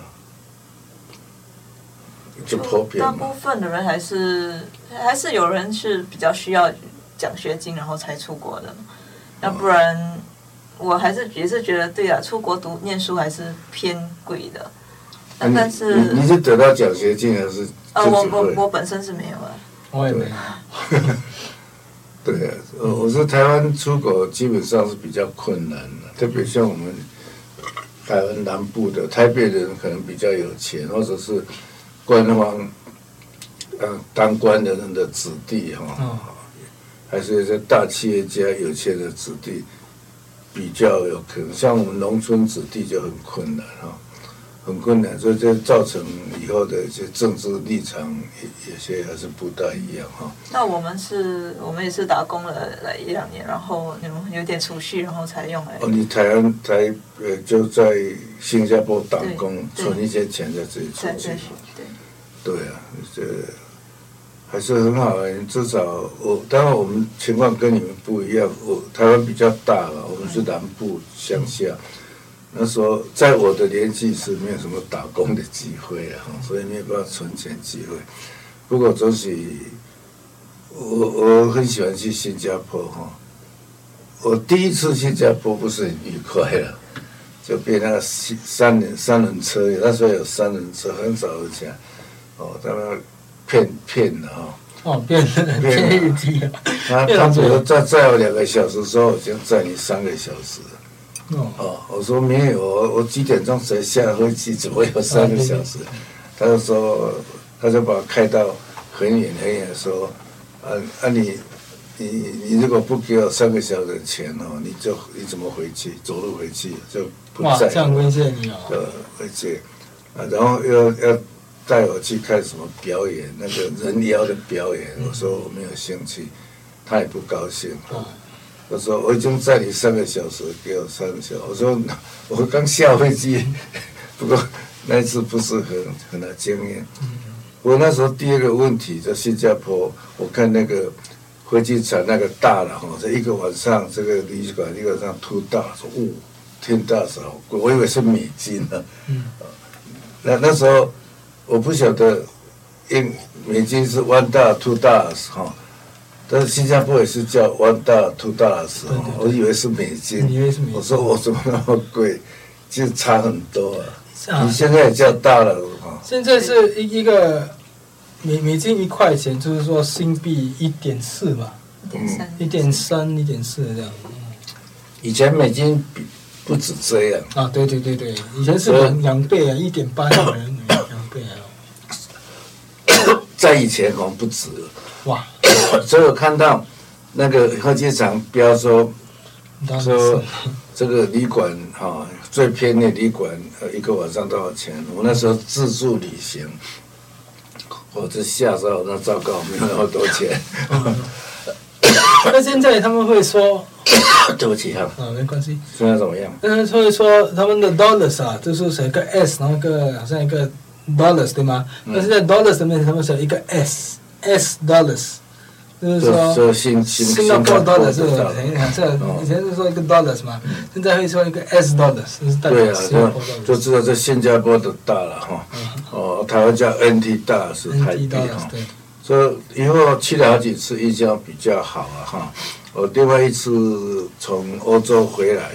A: 就普遍
C: 大部
A: 嘛，
C: 分的人还是还是有人是比较需要奖学金，然后才出国的，要不然我还是也是觉得对啊，出国读念书还是偏贵的。
A: 啊
C: 但
A: 你
C: 但是
A: 你你是得到奖学金还是
C: 呃，
A: 就
C: 我
A: 只
C: 我
A: 会？
C: 我本身是没有啊，
B: 我也没有，
A: 对啊，呃我说台湾出国基本上是比较困难的，特别像我们台湾南部的台北人可能比较有钱，或者是官方呃当官的人的子弟哈、
B: 嗯
A: 还是一些大企业家有钱的子弟比较有可能，像我们农村子弟就很困难哈、很困难，所以这造成以后的一些政治立场也有些还是不大一样哈、
C: 那我们是，我们也是打工了来一两年，然后你们有点储蓄，然后才用来。
A: 哦，你台湾台呃就在新加坡打工，
C: 对对
A: 存一些钱在这里出
C: 在
A: 去
C: 在，对，
A: 对啊，这还是很好啊。至少我当然我们情况跟你们不一样，我台湾比较大了，我们是南部乡下。那时候在我的年纪是没有什么打工的机会啊，所以没有办法存钱机会。不过总是我我很喜欢去新加坡哈。我第一次新加坡不是很愉快了，就被那个西三轮三轮车，那时候有三轮车，很少有钱，哦，他们骗骗的哈、
B: 哦，变成
A: 变了
B: 业 绩啊，
A: 他他比如说再载我两个小时之后，我就载你三个小时。
B: 哦，
A: 哦，我说没有，我我几点钟才下飞机？怎么有三个小
B: 啊
A: 时？ 他就说，他就把我开到很远很远，说，啊啊你你你如果不给我三个小时的钱哦，你就你怎么回去？走路回去就不
B: 哇，
A: 在
B: 这样威胁你哦，
A: 呃，而且啊，然后要要带我去看什么表演，那个人妖的表演，我说我没有兴趣，他也不高兴。
B: 哦，
A: 我说我已经载你三个小时，给我三个小时。我说我刚下飞机， 不过那一次不是很很的经验。我那时候第一个问题在新加坡，我看那个飞机场那个大了哈，这一个晚上这个旅馆一个晚上吐大，说哦，天大少，哦我以为是美金呢、
B: 嗯，
A: 那那时候我不晓得，因美金是 one 大 two 大哈，但是新加坡也是叫 one 大 two 大哈
B: 对对，对
A: 我以为是美金，
B: 你以为是美金
A: 我说我怎么那么贵，其实差很多啊。
B: 啊
A: 你现在也叫大了哈，
B: 现在是一一个每每进一块钱，就是说新币一点四吧，
C: 一点
A: 嗯
C: 三，
B: 一点三、一点四这样。
A: 以前美金比不止这样，
B: 啊，对对对对，以前是两两倍啊，一点八两两倍啊，
A: 在以前好像不止了，
B: 哇，
A: 所以我看到那个飞机场标说
B: 当时
A: 说这个旅馆哈、最偏的旅馆，呃，一个晚上多少钱？我那时候自助旅行，我这吓到那糟糕，没有那么多 钱，
B: 那现在他们会说
A: 对不起哈、
B: 啊，没关系，
A: 现在怎么样？
B: 那他会说他们的 dollars 啊，就是写一个 s，然后一个好像一个 dollars 对吗？
A: 嗯
B: 但是在 dollars 里面他们写一个 s，s dollars，就是
A: 就
B: 说
A: 就新新
B: 新加坡 dollars 是
A: 知道
B: 这
A: 嗯
B: 以前是说一个 dollars 嘛，现在会说一个 s dollars，就是代
A: 对
B: 表
A: 啊
B: 新加坡，
A: 就就
B: dollars。
A: 知道这新加坡的大了哈、哦，台湾叫 NT 大是台币
B: NT
A: 哈、
B: dollars 对，
A: 所以以后去了好几次，印象比较好啊哈。我另外一次从欧洲回来，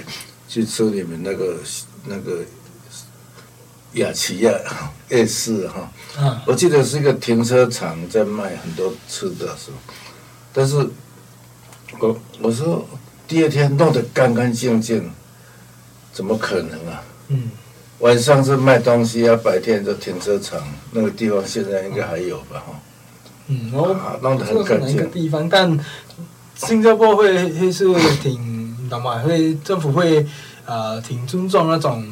A: 去吃你们那个那个雅琪亚夜市哈、
B: 啊，
A: 我记得是一个停车场在卖很多吃的是吧？但是我我说第二天弄得干干净净，怎么可能啊？
B: 嗯，
A: 晚上是卖东西啊，白天就停车场，那个地方现在应该还有吧哈？
B: 嗯，我
A: 啊弄得很
B: 这是哪一个
A: 干净
B: 地方？但新加坡会会是挺，你懂吗？会政府会呃挺尊重那种，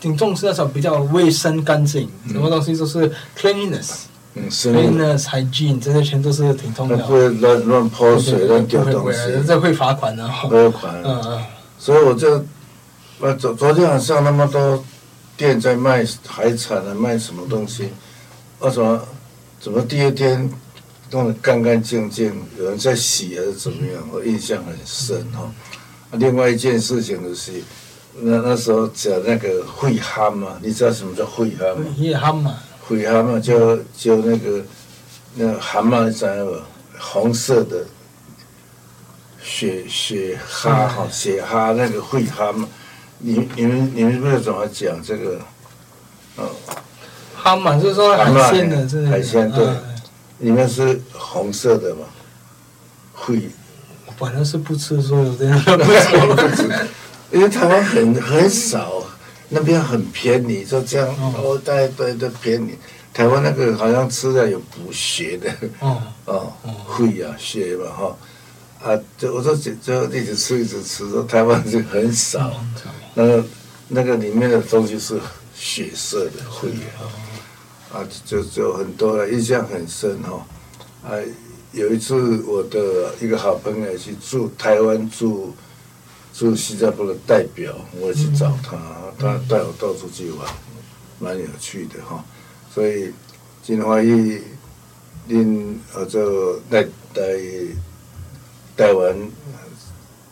B: 挺重视那种比较卫生干净，什么东西都是 cleanliness、
A: 嗯，生意
B: cleanliness、hygiene，这些全都是挺重
A: 那
B: 要
A: 不
B: 的。
A: 会乱乱泼
B: 啊对
A: 水、
B: 对
A: 乱
B: 对
A: 丢
B: 不会
A: 东西，
B: 不会这会罚款的、哦。
A: 拨款。
B: 嗯嗯，
A: 所以我就，我昨昨天晚上那么多店在卖海产啊，卖什么东西，为什么怎么第二天弄得干干净净，有人在洗还是怎么样？我印象很深哦。啊另外一件事情就是，那那时候讲那个会蛤嘛，你知道什么叫会蛤吗？
B: 夜ham 嘛，
A: 会蛤嘛，就就那个那个蛤蟆，你知道吗？红色的雪雪蛤哈，雪蛤那个会蛤嘛，你你们你们不知道怎么讲这个？哦，
B: ham 嘛就是说海鲜的，这
A: 海鲜对
B: 嗯
A: 你们是红色的嘛？会
B: 反正是不吃所有 的，
A: 因为台湾很很少，那边很便宜，就这样
B: 嗯
A: 哦，大家对都便宜。台湾那个好像吃了有补血的
B: 哦，
A: 哦
B: 嗯，
A: 肺啊血嘛哈、啊，就我说就就一直吃一直吃，说台湾就很少，
B: 嗯
A: 那个那个里面的东西是血色的肺啊，啊就就很多了，印象很深哈、哦，啊。有一次，我的一个好朋友去住台湾住住新加坡的代表，我去找他，他带我到处去玩，蛮有趣的哈。所以金华义，恁呃就来来台湾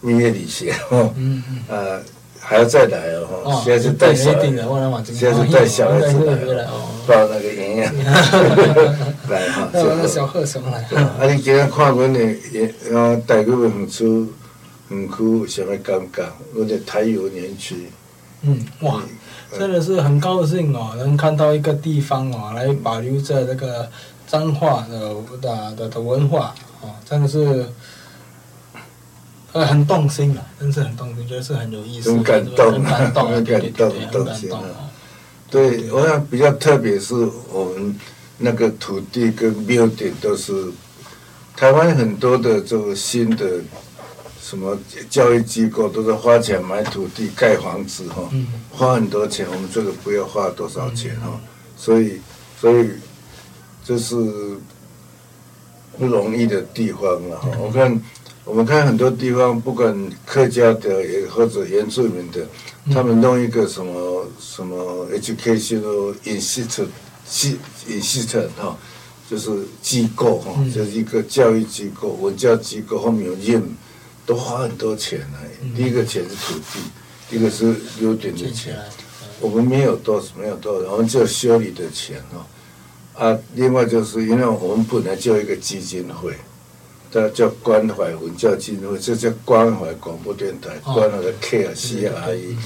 A: 蜜月旅行哈，
B: 嗯嗯，
A: 呃还要再来哦，哈
B: 哦，
A: 现在是带小
B: 一
A: 孩
B: 定，的，我来玩这个，
A: 现在是带小孩子
B: 回
A: 来
B: 来
A: 哦
B: 哦，
A: 到那个营 养来哈，
B: 那我那
A: 最后
B: 小贺什么来？
A: 啊，你今仔看阮的演，啊，大陆的园区，园区有啥物感觉？阮的台游园区，
B: 嗯，哇，真的是很高兴哦，能看到一个地方哦，来保留着这个彰化的的的的文化哦，真的是。呃，很动心啊，真是很动心，觉得是很有意思，
A: 很感动
B: 很感动，
A: 很
B: 对
A: 感
B: 对对
A: 动
B: 对
A: 动
B: 很感
A: 心
B: 动
A: 啊
B: 哦。
A: 对我想比较特别是我们那个土地跟庙点都是台湾很多的这个新的什么教育机构都是花钱买土地盖房子哈、
B: 嗯
A: 花很多钱，我们这个不要花多少钱哈、所以所以这是不容易的地方了哈、我看我们看很多地方，不管客家的也或者原住民的，
B: 嗯
A: 他们弄一个什么什么 educational institute 系 institute 哈、就是机构哈、
B: 嗯
A: 就是一个教育机构、文教机构，后面有 y 都花很多钱呢、
B: 嗯
A: 第一个钱是土地，第一个是有点的
B: 建起
A: 钱
B: 来。，
A: 我们没有多少，没有多少，我们只有修理的钱哦。啊，另外就是因为我们本来就有一个基金会，它叫关怀文教基金会，这叫关怀广播电台，
B: 哦
A: 关怀的 Care C R E，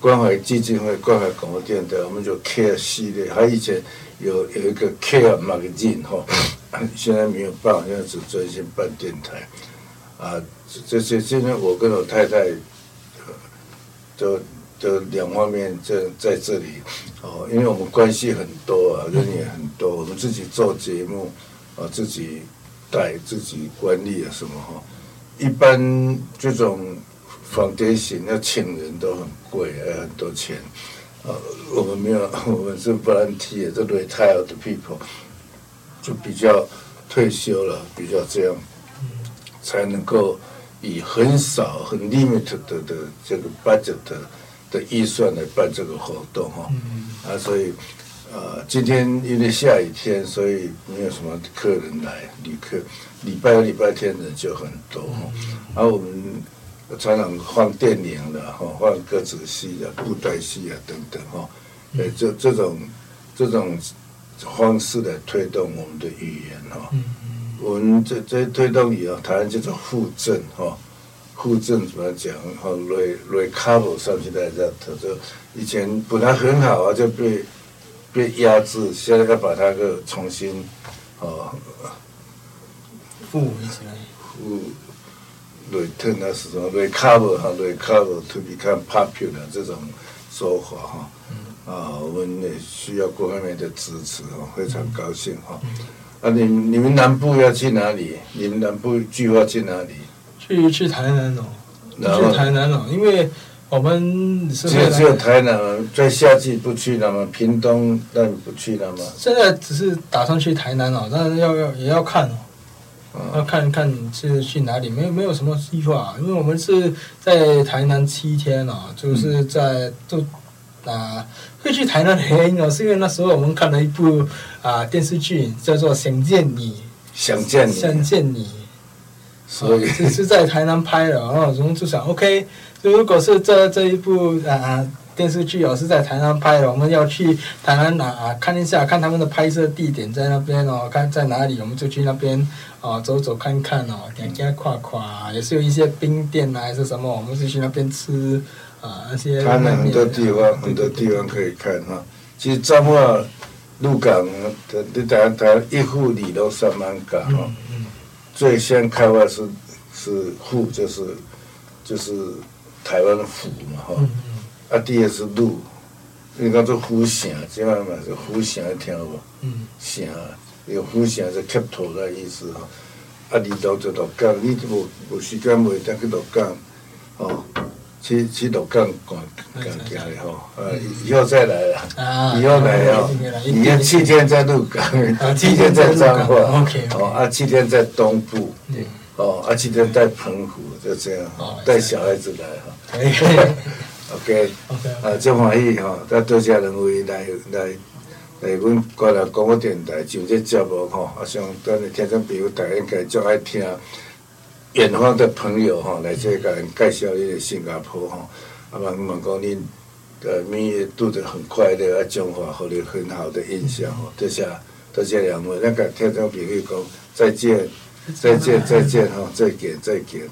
A: 关怀基金会、关怀广播电台，我们就 Care 系列，还有以前有有一个 Care Magazine 哈、现在没有办法，现在只专心办电台。啊，这这这现在我跟我太太，呃都都两方面在在这里哦，因为我们关系很多啊，人也很多，我们自己做节目啊，自己带自己管理啊什么哈、一般这种 foundation 要请人都很贵，还有很多钱。呃，我们没有，我们是 volunteer，这 retired people，就比较退休了，比较这样，才能够以很少、很 limited 的的这个 budget 的的预算来办这个活动哈、
B: 嗯，
A: 啊，所以呃，今天因为下雨天，所以没有什么客人来，旅客礼拜六礼拜天人就很多哈。然后我们常常放电影的哈，放歌子戏啊、布袋戏啊等等哈。呃，这这种这种方式来推动我们的语言哦哈。
B: 嗯嗯
A: 我们这这推动以后，台湾叫做互证哈、哦，互证怎么讲？哈、哦、，recover 上去大家他说以前本来很好啊，就被被压制，现在要把它个重新哦，
B: 父母一起来，
A: 互 return 那是什么 recover 哈、recover to become popular 这种说法哈、啊，我们也需要各方面的支持哦，非常高兴哈、啊，你们你们南部要去哪里？你们南部计划去哪里？
B: 去去台南哦，
A: 然后
B: 去台南哦，因为我们是
A: 只
B: 回
A: 有
B: 来
A: 只有台南吗，在夏季不去了吗？屏东那你不去了吗？
B: 现在只是打算去台南哦，但是要要也要看哦，要
A: 啊，
B: 看看是去哪里，没有没有什么计划、因为我们是在台南七天哦，就是在就啊、会去台南的原因哦，是因为那时候我们看了一部啊、电视剧叫做《想见你》，
A: 想见
B: 想
A: 你，
B: 见你，
A: 所以
B: 啊是是在台南拍的，哦然后我们就想，OK，就如果是这这一部啊、啊电视剧哦是在台南拍的，我们要去台南啊啊看一下，看他们的拍摄地点在那边哦，看在哪里，我们就去那边哦走走看看哦，逛逛跨跨，也是有一些冰店啊还是什么，我们就去那边吃啊那些
A: 台南
B: 外面
A: 很多地
B: 的
A: 方很多地方可以看哈。其实彰化、鹿港，的啊哦台台台一户里都三万港哈。
B: 嗯嗯
A: 最先开发是是沪就是就是台湾的府嘛吼，
B: 嗯
A: 啊第二是陆，你讲做府城，即摆嘛是府城，你听有无？
B: 嗯
A: 城，有府城是吸土的意思吼。啊，二楼就鹿港，你都无无时间袂当去鹿港，哦，去去鹿港逛逛行咧吼。啊，以后再来啦，
B: 嗯啊，
A: 以后来哦
B: 一定的啦，
A: 你要七天在鹿港
B: 啊，
A: 七天在彰化
B: 七天在鹿港，OK，OK
A: 哦啊，七天在东部，
B: 嗯
A: 哦啊，七天在澎湖，就这样
B: 哦，
A: 带小孩子来哈。
B: 可以 可以
A: OK。
B: ，OK，
A: 啊，真欢喜吼！啊，多谢两位来来来阮国内广播电台上这节目吼，啊，想咱的听众朋友大家应该足爱听远方的朋友吼、来这个介绍你的新加坡吼，啊，嘛嘛讲恁呃，蜜月度得很快乐，啊，中华互你很好的印象吼，多谢多谢两位，咱甲听众朋友讲再见，再见，再见吼，再见，再见。